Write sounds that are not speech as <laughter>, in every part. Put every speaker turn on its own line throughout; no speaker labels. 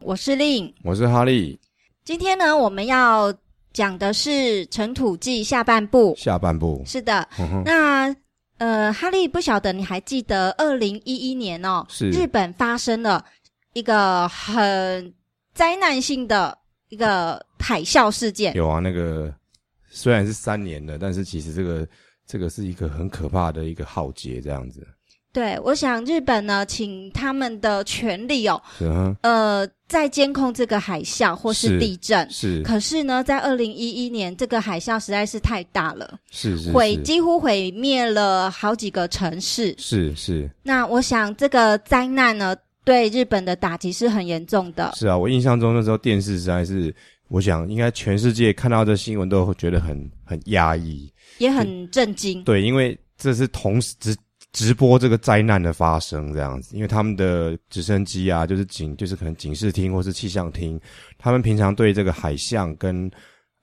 我是令。
我是哈利，
今天呢，我们要讲的是《尘土记》下半部。
下半部，
是的，
嗯哼
那呃，哈利不晓得你还记得二零一一年哦，
是
日本发生了一个很灾难性的一个海啸事件。
有啊，那个虽然是三年的，但是其实这个这个是一个很可怕的一个浩劫，这样子，
对，我想日本呢，请他们的权利哦，
嗯
呃，在监控这个海啸或是
是
地震
哼，。是
可是呢，在二零一一年，这个海啸实在是太大了，
是是
毁
是
几乎毁灭了好几个城市。
是是
那我想这个灾难呢，对日本的打击是很严重的。
是啊，我印象中那时候电视实在是，我想应该全世界看到这新闻都会觉得很很压抑，
也很震惊。
对，因为这是同时直直播这个灾难的发生这样子，因为他们的直升机啊，就是警，就是可能警视厅或是气象厅，他们平常对这个海象跟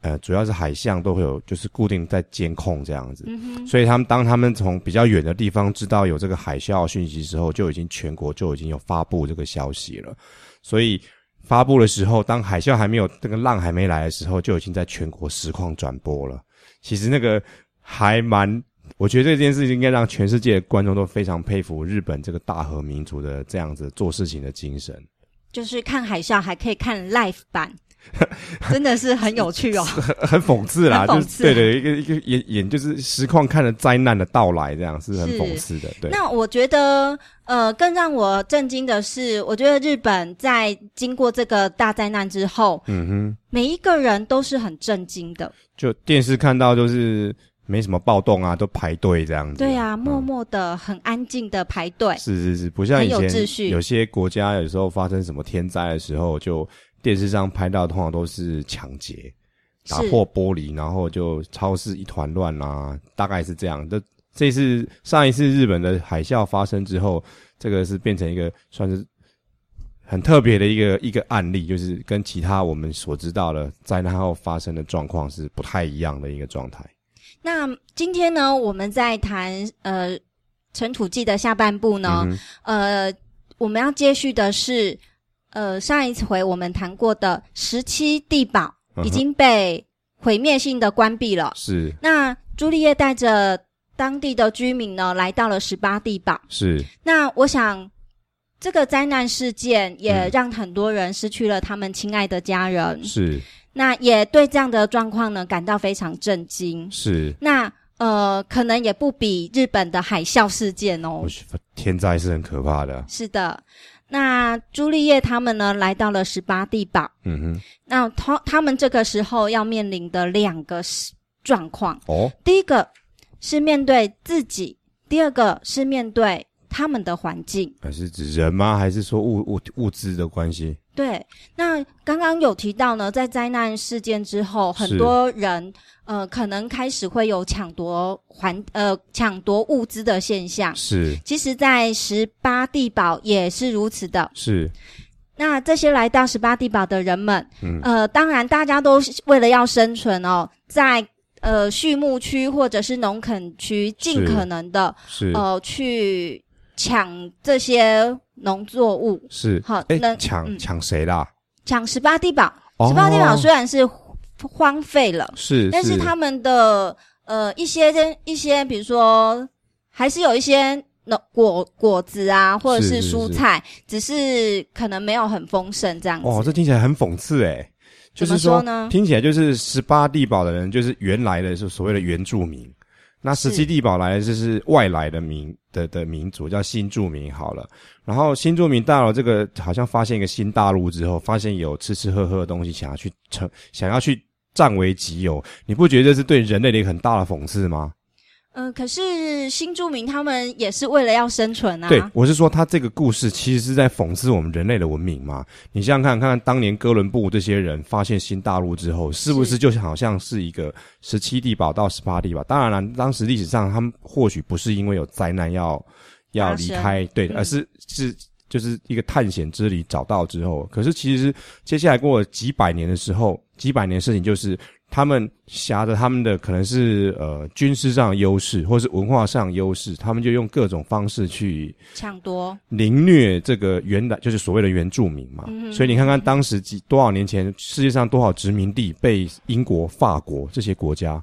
呃，主要是海象都会有就是固定在监控这样子，
嗯哼，
所以他们当他们从比较远的地方知道有这个海啸讯息之后，就已经全国就已经有发布这个消息了。所以发布的时候，当海啸还没有这个浪还没来的时候，就已经在全国实况转播了。其实那个还蛮，我觉得这件事情应该让全世界的观众都非常佩服日本这个大和民族的这样子做事情的精神。 <laughs>
就是看海啸还可以看 live 版，真的是很有趣哦。
很讽刺啦，
很讽
就是
刺
对对，一个一个演演就是实况看了灾难的到来，这样是很
是
讽刺的，对，
那我觉得，呃，更让我震惊的是，我觉得日本在经过这个大灾难之后，
嗯哼。
每一个人都是很震惊的。
就电视看到就是没什么暴动啊，都排队这样子。
对啊，默默的、很安静的排队。
是是是，不像以前
很有秩序
有些国家有时候发生什么天灾的时候，就电视上拍到通常都是抢劫、
是
打破玻璃，然后就超市一团乱啦、大概是这样。这这次上一次日本的海啸发生之后，这个是变成一个算是。很特别的一个一个案例，就是跟其他我们所知道的灾难后发生的状况是不太一样的一个状态。
那今天呢，我们在谈呃《尘土记》的下半部呢，
嗯哼
呃，我们要接续的是，呃，上一次回我们谈过的十七地堡
嗯哼
已经被毁灭性的关闭了。
是
那朱丽叶带着当地的居民呢，来到了十八地堡。
是
那我想，这个灾难事件也
嗯
让很多人失去了他们亲爱的家人，
是
那也对这样的状况呢感到非常震惊。
是，
那呃，可能也不比日本的海啸事件哦
我。觉得天灾是很可怕的。
是的，那朱丽叶他们呢来到了十八地堡，
嗯哼，
那他他们这个时候要面临的两个是状况，
哦，
第一个是面对自己，第二个是面对他们的环境。
还是指人吗？还是说物物物资的关系？
对，那刚刚有提到呢，在灾难事件之后，
是
很多人呃可能开始会有抢夺环呃抢夺物资的现象。
是
其实，在十八地堡也是如此的。
是
那这些来到十八地堡的人们，
嗯
呃，当然大家都是为了要生存哦，在呃畜牧区或者是农垦区，尽可能的
是
呃去抢这些农作物，
是。
好
哎
那，
抢
嗯
抢谁啦？
抢十八地堡。
哦
十八地堡虽然是荒废了，
是，
但是他们的呃一些一些，比如说还是有一些。农果果子啊，或者
是
是
是
蔬
是
菜，只是可能没有很丰盛这样子。
哦，这听起来很讽刺哎。就
怎么
是
说呢
听起来就是十八地堡的人，就是原来的是所谓的原住民。那
是
十七地堡来的就是外来的民的的民族，叫新住民好了。然后新住民到了这个好像发现一个新大陆之后，发现有吃吃喝喝的东西，想要去成想要去占为己有，你不觉得这是对人类的一个很大的讽刺吗？
嗯，可是新住民他们也是为了要生存啊。
对，我是说他这个故事其实是在讽刺我们人类的文明嘛。你想想看，看看当年哥伦布这些人发现新大陆之后，是不
是
是就好像是一个十七地堡到十八地堡？当然了，当时历史上他们或许不是因为有灾难要要
发
离
生
开，对，
嗯
而是是。就是一个探险之旅找到之后，可是其实接下来过了几百年的时候，几百年的事情就是他们挟着他们的可能是呃军事上的优势，或是文化上的优势，他们就用各种方式去
抢夺，
凌虐这个原来就是所谓的原住民嘛，
嗯
所以你看看当时几多少年前，世界上多少殖民地被英国、法国这些国家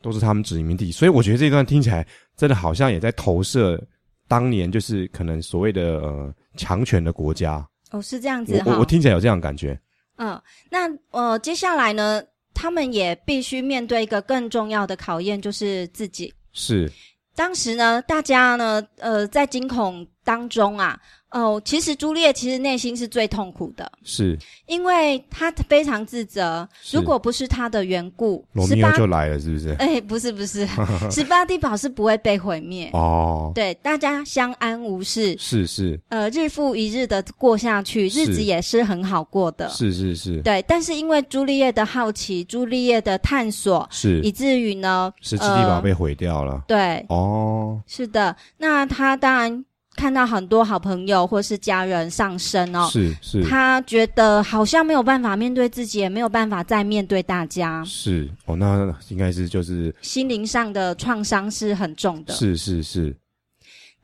都是他们殖民地，所以我觉得这段听起来真的好像也在投射当年就是可能所谓的呃强权的国家，
哦，是这样子哈。
我我我听起来有这样的感觉，
嗯，那呃，接下来呢，他们也必须面对一个更重要的考验，就是自己。
是
当时呢，大家呢，呃，在惊恐当中啊，哦、其实朱丽叶其实内心是最痛苦的，
是，
因为她非常自责，
是
如果不是她的缘故，
罗
十
密
八
欧就来了，是不是？
<laughs> 哎，不是不
<laughs>
是，十八地堡是不会被毁灭，
哦，
对，大家相安无事，
是是
呃，日复一日的过下去，日
是
子也是很好过的。
是是是
对，但是因为朱丽叶的好奇，朱丽叶的探索，以
是，
至于呢，
石基地堡
呃
被毁掉了，
对，
哦，
是的，那他当然看到很多好朋友或是家人上升哦，
是是。
他觉得好像没有办法面对自己，也没有办法再面对大家，
是哦，那应该是就是
心灵上的创伤是很重的。
是是是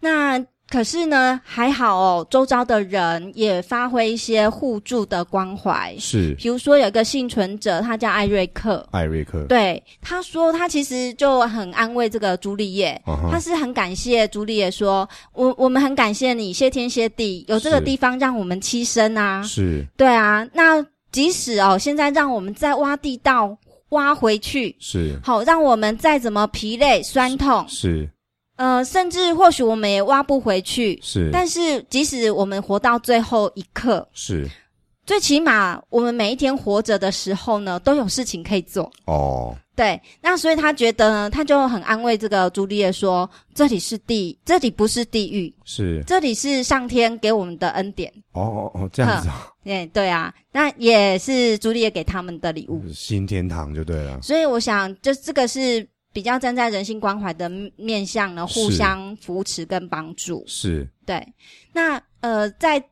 那可是呢，还好哦，周遭的人也发挥一些互助的关怀。
是
比如说，有一个幸存者，他叫艾瑞克，
艾瑞克，
对他说，他其实就很安慰这个朱丽叶。
啊
他
哈，
是很感谢朱丽叶说，我我们很感谢你，谢天谢地，有这个
是
地方让我们栖身啊。
是
对啊，那即使哦，现在让我们再挖地道挖回去，
是
好，让我们再怎么疲累酸痛，
是
呃，甚至或许我们也挖不回去。
是
但是，即使我们活到最后一刻，
是
最起码我们每一天活着的时候呢，都有事情可以做。
哦，
对，那所以他觉得呢，他就很安慰这个朱丽叶说：“这里是地，这里不是地狱，
是
这里是上天给我们的恩典。
哦哦哦，这样子啊，
哎，对啊，那也是朱丽叶给他们的礼物。
新天堂就对了，
所以我想，就这个是比较站在人性关怀的面向呢，互
是
相扶持跟帮助。
是
对，那呃，在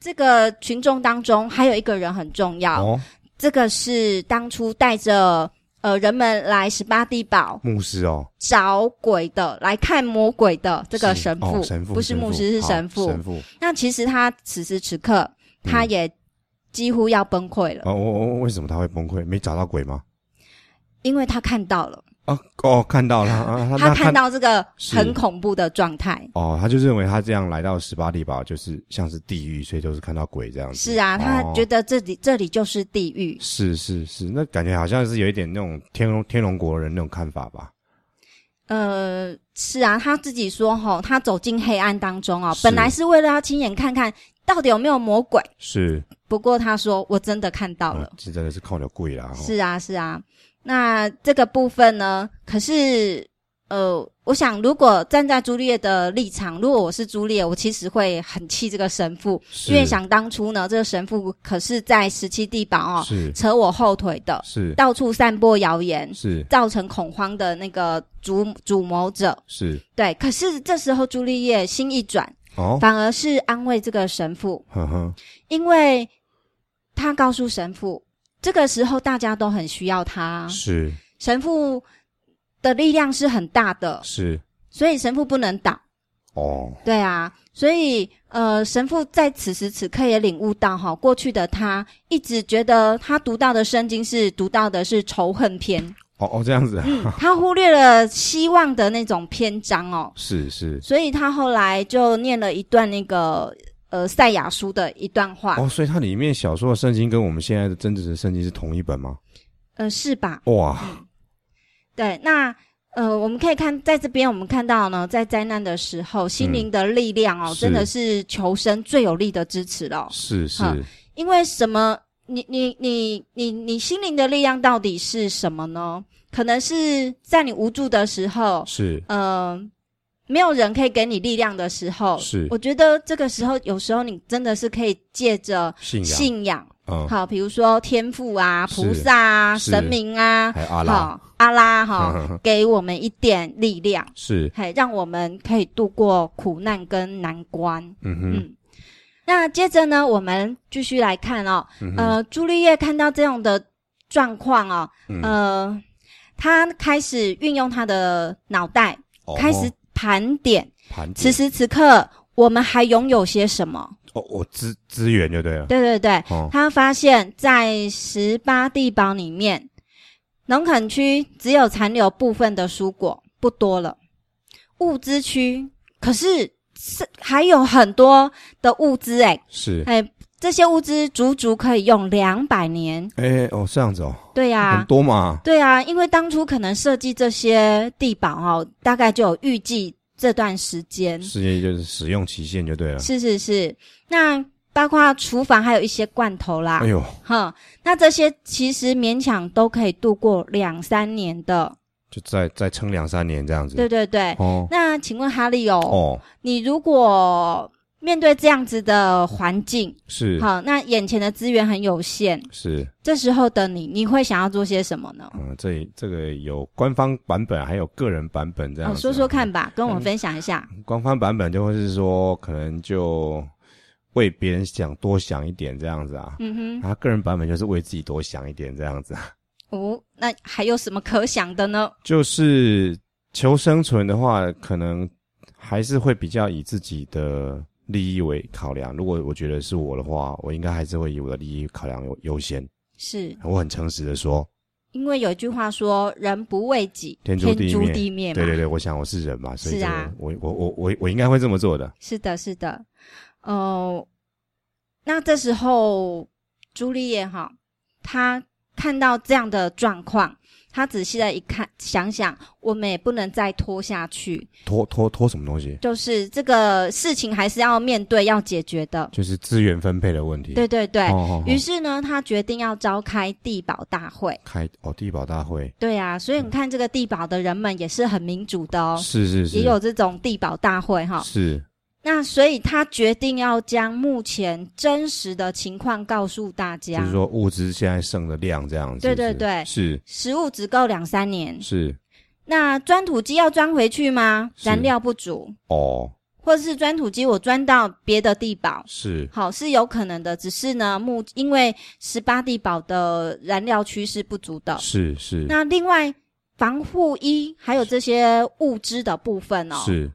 这个群众当中，还有一个人很重要，
哦，
这个是当初带着呃人们来十八地堡
牧师哦，
找鬼的，来看魔鬼的这个
是
神父，
哦神父
不是
神父
牧师是
好
神父。
神父嗯
那其实他此时此刻，他也几乎要崩溃了，
哦，我我为什么他会崩溃？没找到鬼吗？
因为他看到了，
啊哦，看到了啊，那
他看到这个
是
很恐怖的状态。
哦，他就认为他这样来到十八地堡就是像是地狱，所以就是看到鬼这样子，
是啊，他
哦
觉得这里、这里就是地狱。
是是是，那感觉好像是有一点那种天龙天龙国人那种看法吧？
呃，是啊，他自己说吼，他走进黑暗当中哦，
是
本来是为了要亲眼看看到底有没有魔鬼，
是，
不过他说我真的看到
嗯
了。
这真的是靠了贵啦。哦
是啊，是啊。那这个部分呢？可是，呃，我想，如果站在朱丽叶的立场，如果我是朱丽叶，我其实会很气这个神父，
是
因为想当初呢，这个神父可是在十七地堡哦，
是
扯我后腿的，
是
到处散播谣言，
是
造成恐慌的那个主主谋者。
是
对，可是这时候朱丽叶心一转，
哦，
反而是安慰这个神父，
呵呵，
因为他告诉神父，这个时候大家都很需要他，
是
神父的力量是很大的，
是
所以神父不能倒。
哦，
对啊，所以呃，神父在此时此刻也领悟到哈，过去的他一直觉得他读到的圣经是读到的是仇恨篇，
哦哦这样子啊，
嗯，他忽略了希望的那种篇章哦，
<laughs> 是是
所以他后来就念了一段那个呃赛亚书的一段话，
哦，所以它里面小说的圣经跟我们现在的真实的圣经是同一本吗？
呃，是吧？
哇，
嗯对，那呃，我们可以看在这边，我们看到呢，在灾难的时候，心灵的力量哦，
嗯是
真的是求生最有力的支持了哦。
是是
好因为什么？你你你你你心灵的力量到底是什么呢？可能是在你无助的时候，
是
呃，没有人可以给你力量的时候，
是
我觉得这个时候，有时候你真的是可以借着
信仰，
信仰，
嗯，
好，比如说天父啊、
是
菩萨啊、
是
神明啊，
还有阿拉，
好，阿拉哈，
<laughs>
给我们一点力量，
是
嘿，让我们可以度过苦难跟难关。
嗯
嗯，
哼嗯
那接着呢，我们继续来看哦，呃，朱丽叶看到这样的状况哦，
嗯
呃，他开始运用他的脑袋，
哦
开始盘点，
盘
此
点
时此刻我们还拥有些什么？
哦，我资资源就对了。
对对对，
哦，
他发现，在十八地堡里面，农垦区只有残留部分的蔬果，不多了。物资区可是是还有很多的物资、欸，
是，
哎、这些物资足足可以用两百年。
哎，哦，这样子哦，
对呀、
很多嘛，
对啊，因为当初可能设计这些地堡哦，大概就有预计这段时间。
世界就是啊使用期限就对了。
是是是，那包括厨房还有一些罐头啦。
哎呦，
哼，那这些其实勉强都可以度过两三年的。
就再再撑两三年这样子。
对对对。
哦
那请问哈利哦，
哦，
你如果面对这样子的环境，
是
好，那眼前的资源很有限，
是，
这时候的你，你会想要做些什么呢？
嗯，这里这个有官方版本，还有个人版本这样
哦，
子。啊
说说看吧，跟我们分享一下。
官方版本就会是说，可能就为别人想多想一点这样子啊。
嗯
他个人版本就是为自己多想一点这样子啊，
哼，哦，那还有什么可想的呢？
就是求生存的话，可能还是会比较以自己的利益为考量。如果我觉得是我的话，我应该还是会以我的利益考量优优先。
是
我很诚实的说，
因为有一句话说“人不为己，
天诛
诛
地灭
地灭”嘛。
对对对，我想我是人嘛，所以
是
这个
啊
我我我我我应该会这么做的。
是的，是的，哦，那这时候朱丽叶哈，她看到这样的状况，她仔细的一看，想想我们也不能再拖下去，
拖拖拖什么东西？
就是这个事情还是要面对、要解决的。
就是资源分配的问题。
对对对，
哦，哦哦
于是呢，她决定要召开地保大会。
开哦地保大会，
对啊，所以你看，这个地保的人们也是很民主的哦，
是是是，
也有这种地保大会哈。
是
那所以他决定要将目前真实的情况告诉大
就
家
是，说物资现在剩的量这样子。
对
是不是
对对
是
食物只够两三年。
是
那钻土机要钻回去吗？
是
燃料不足，
哦
或者是钻土机我钻到别的地堡，
是
好是有可能的。只是呢，目因为十八地堡的燃料区是不足的。
是是
那另外防护衣还有这些物资的部分哦，
是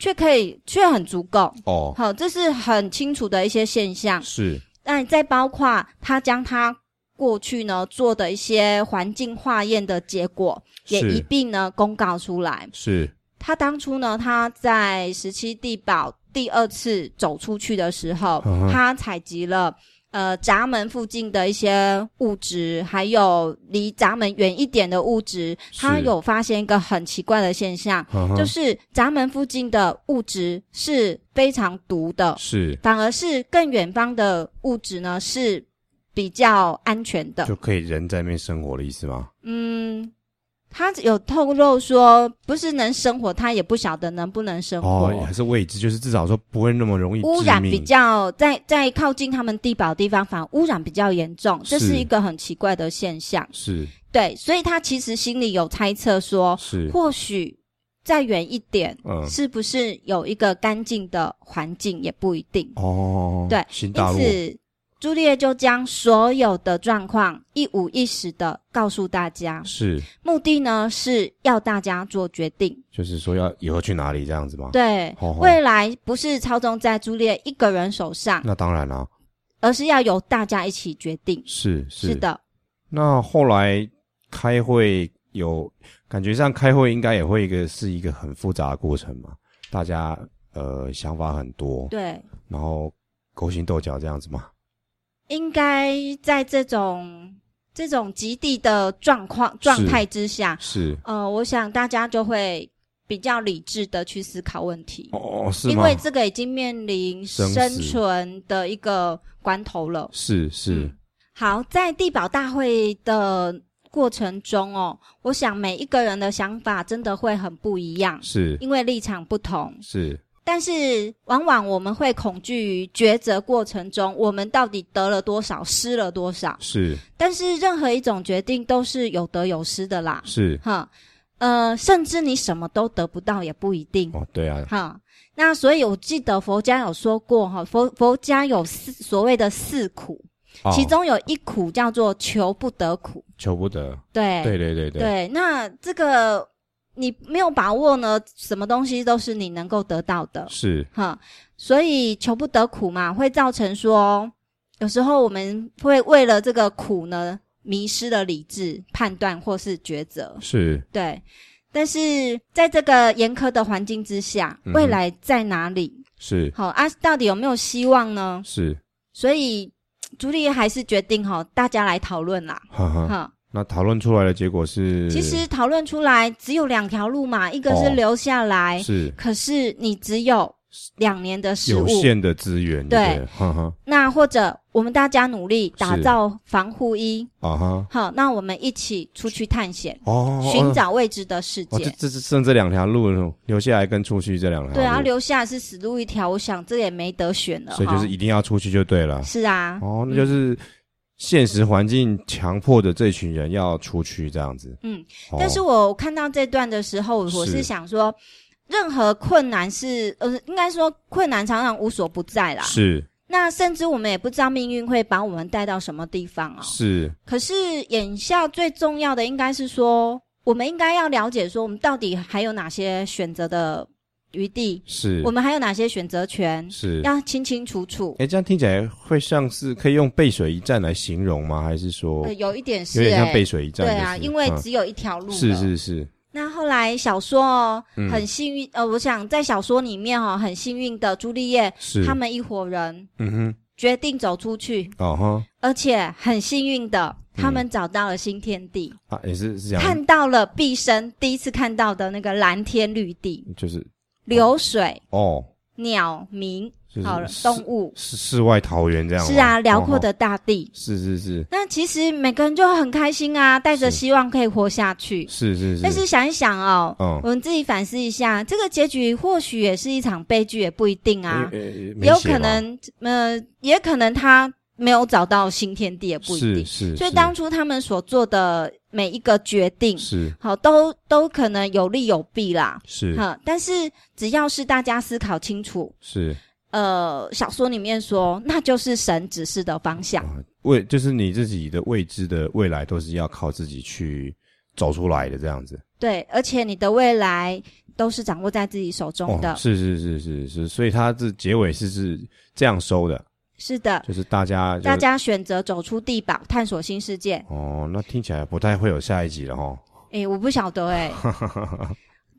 却可以却很足够。
哦
好，这是很清楚的一些现象。
是
那再包括他将他过去呢做的一些环境化验的结果，也一
是
并呢公告出来。
是
他当初呢，他在十七地堡第二次走出去的时候，
嗯哼
他采集了呃闸门附近的一些物质，还有离闸门远一点的物质。
是
他有发现一个很奇怪的现象，
嗯哼
就是闸门附近的物质是非常毒的，
是
反而是更远方的物质呢是比较安全的。
就可以人在那边生活的意思吗？
嗯，他有透露说，不是能生活，他也不晓得能不能生活。
哦，还是未知，就是至少说不会那么容易
污
致
染
命
比较在在靠近他们地堡的地方，反而污染比较严重，这
是
是一个很奇怪的现象。
是
对，所以他其实心里有猜测说，
是
哦或许再远一点，
嗯
是不是有一个干净的环境也不一定。
哦
对
新大
因
陆
此，朱丽叶就将所有的状况一五一十的告诉大家，
是
目的呢是要大家做决定。
就是说要以后去哪里这样子吗？
对，
哦哦
未来不是操纵在朱丽叶一个人手上，
那当然啦、
而是要由大家一起决定。
是
是的，
那后来开会有感觉上开会应该也会一个是一个很复杂的过程嘛，大家呃想法很多，
对，
然后勾心斗角这样子嘛。
应该在这种这种极地的状况状态之下，
是
呃，我想大家就会比较理智的去思考问题。
哦，是
因
吗？
为这个已经面临
生
生
死
存的一个关头了。
是是、
嗯好，在地保大会的过程中哦，我想每一个人的想法真的会很不一样，
是
因为立场不同。
是
但是往往我们会恐惧于抉择过程中，我们到底得了多少，失了多少。
是
但是任何一种决定都是有得有失的啦，
是
哈，呃，甚至你什么都得不到也不一定。
哦，对啊，
哈，那所以我记得佛家有说过哈，佛佛家有四所谓的四苦，
哦
其中有一苦叫做求不得苦。
求不得，
对
对对对对，
对，那这个你没有把握呢，什么东西都是你能够得到的，
是
哈。所以求不得苦嘛，会造成说，有时候我们会为了这个苦呢，迷失了理智、判断或是抉择。
是，
对，但是在这个严苛的环境之下，
嗯哼
未来在哪里？
是
好、啊，到底有没有希望呢？
是，
所以朱莉还是决定哈、大家来讨论啦。
哈哈。
哈，
那讨论出来的结果是，
嗯其实讨论出来只有两条路嘛，一个
哦
是留下来，
是
可是你只有两年的食
有
物，
限的资源，
对
对不对，哈哈，
那或者我们大家努力打
是
造防护衣，
啊哈，
好，那我们一起出去探险，
哦，
寻
哦
找未知的世
哦，这
界。
这这剩这两条路了，留下来跟出去这两条路，
对啊，留下是死路一条，我想这也没得选了
所以就是
哈
一定要出去就对了。
是啊，
哦，那就是现实环境强迫着这群人要出去这样子。
嗯
哦，
但是我看到这段的时候，我
是
是想说，任何困难是呃，应该说困难常常无所不在啦。
是
那甚至我们也不知道命运会把我们带到什么地方啊、
是
可是眼下最重要的应该是说，我们应该要了解说，我们到底还有哪些选择的余地，
是
我们还有哪些选择权，
是。
要清清楚楚。
哎，这样听起来会像是可以用背水一战来形容吗？还是说
呃，有一点是
哦有点像
哎、
背水一战？
对啊，
就是
因为
嗯
只有一条路、了。
是是是，
那后来小说哦，
嗯
很幸运，呃，我想在小说里面哦，很幸运的朱丽叶
是
他们一伙人
嗯哼，
决定走出去，
哦哈。
而且很幸运的，
嗯
他们找到了新天地，
啊，也是是这样，
看到了毕生第一次看到的那个蓝天绿地、
就是
流水、
哦，
鸟鸣，
就是
好了，
世
动物，
世世外桃源这样吗。
是啊，辽
哦
阔，
哦
的大地。
是是是
那其实每个人就很开心啊，带着
是
希望可以活下去。
是是是，
但是想一想哦，
嗯
我们自己反思一下，这个结局或许也是一场悲剧，也不一定啊，
因为
也有可能，呃，也可能他没有找到新天地，也不一
是
定。
是，
所以
是
当初他们所做的每一个决定，
是
好，都都可能有利有弊啦，
是
哈。但是只要是大家思考清楚，
是
呃，小说里面说，那就是神指示的方向。
啊，未就是你自己的未知的未来都是要靠自己去走出来的这样子。
对，而且你的未来都是掌握在自己手中的。
哦是是是是是，所以它这结尾是是这样收的，
是的，
就是大家就是
大家选择走出地堡，探索新世界。
哦，那听起来不太会有下一集了哈。
诶、我不晓得
<laughs>
诶、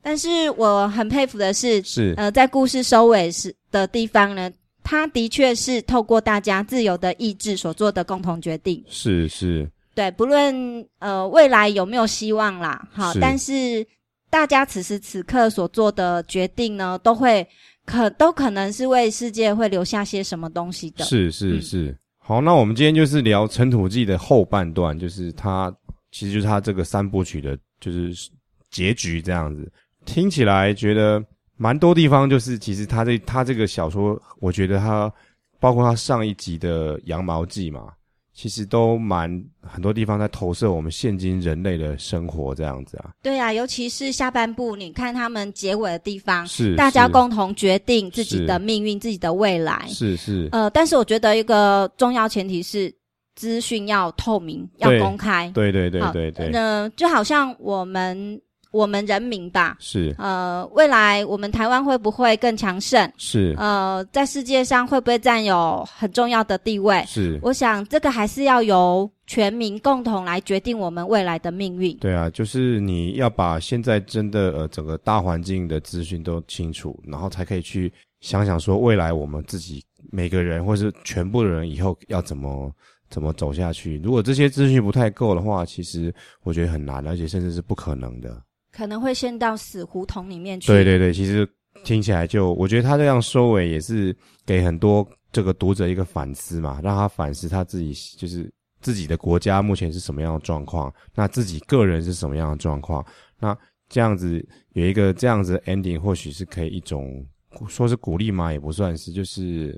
但是我很佩服的是，
是
呃，在故事收尾时的地方呢，他的确是透过大家自由的意志所做的共同决定。
是是
对，不论呃未来有没有希望啦，好，
是
但是大家此时此刻所做的决定呢，都会可都可能是为世界会留下些什么东西的。
是是是，好，那我们今天就是聊《尘土记》的后半段，就是它其实就是它这个三部曲的，就是结局这样子。听起来觉得蛮多地方，就是其实它这它这个小说，我觉得它包括它上一集的《羊毛记》嘛，其实都蛮很多地方在投射我们现今人类的生活这样子啊。
对啊，尤其是下半部，你看他们结尾的地方，
是
大家
是
共同决定自己
是
的命运、自己的未来。
是是，
呃，但是我觉得一个重要前提是资讯要透明、要
对
公开。
对对对
好
对对，
那、就好像我们我们人民吧，
是
呃，未来我们台湾会不会更强盛？
是
呃，在世界上会不会占有很重要的地位？
是。
我想这个还是要由全民共同来决定我们未来的命运。
对啊，就是你要把现在真的呃整个大环境的资讯都清楚，然后才可以去想想说未来我们自己每个人或是全部的人以后要怎么怎么走下去。如果这些资讯不太够的话，其实我觉得很难，而且甚至是不可能的。
可能会陷到死胡同里面去。
对对对，其实听起来就我觉得他这样收尾也是给很多这个读者一个反思嘛，让他反思他自己就是自己的国家目前是什么样的状况，那自己个人是什么样的状况，那这样子有一个这样子的 ending，或许是可以一种说是鼓励嘛，也不算是，就是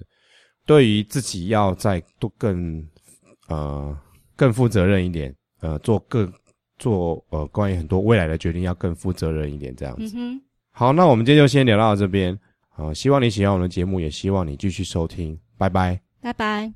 对于自己要再多更呃更负责任一点，呃，做更做呃关于很多未来的决定要更负责任一点这样子。
嗯哼，
好，那我们今天就先聊到这边。好，希望你喜欢我们的节目，也希望你继续收听。拜拜。
拜拜。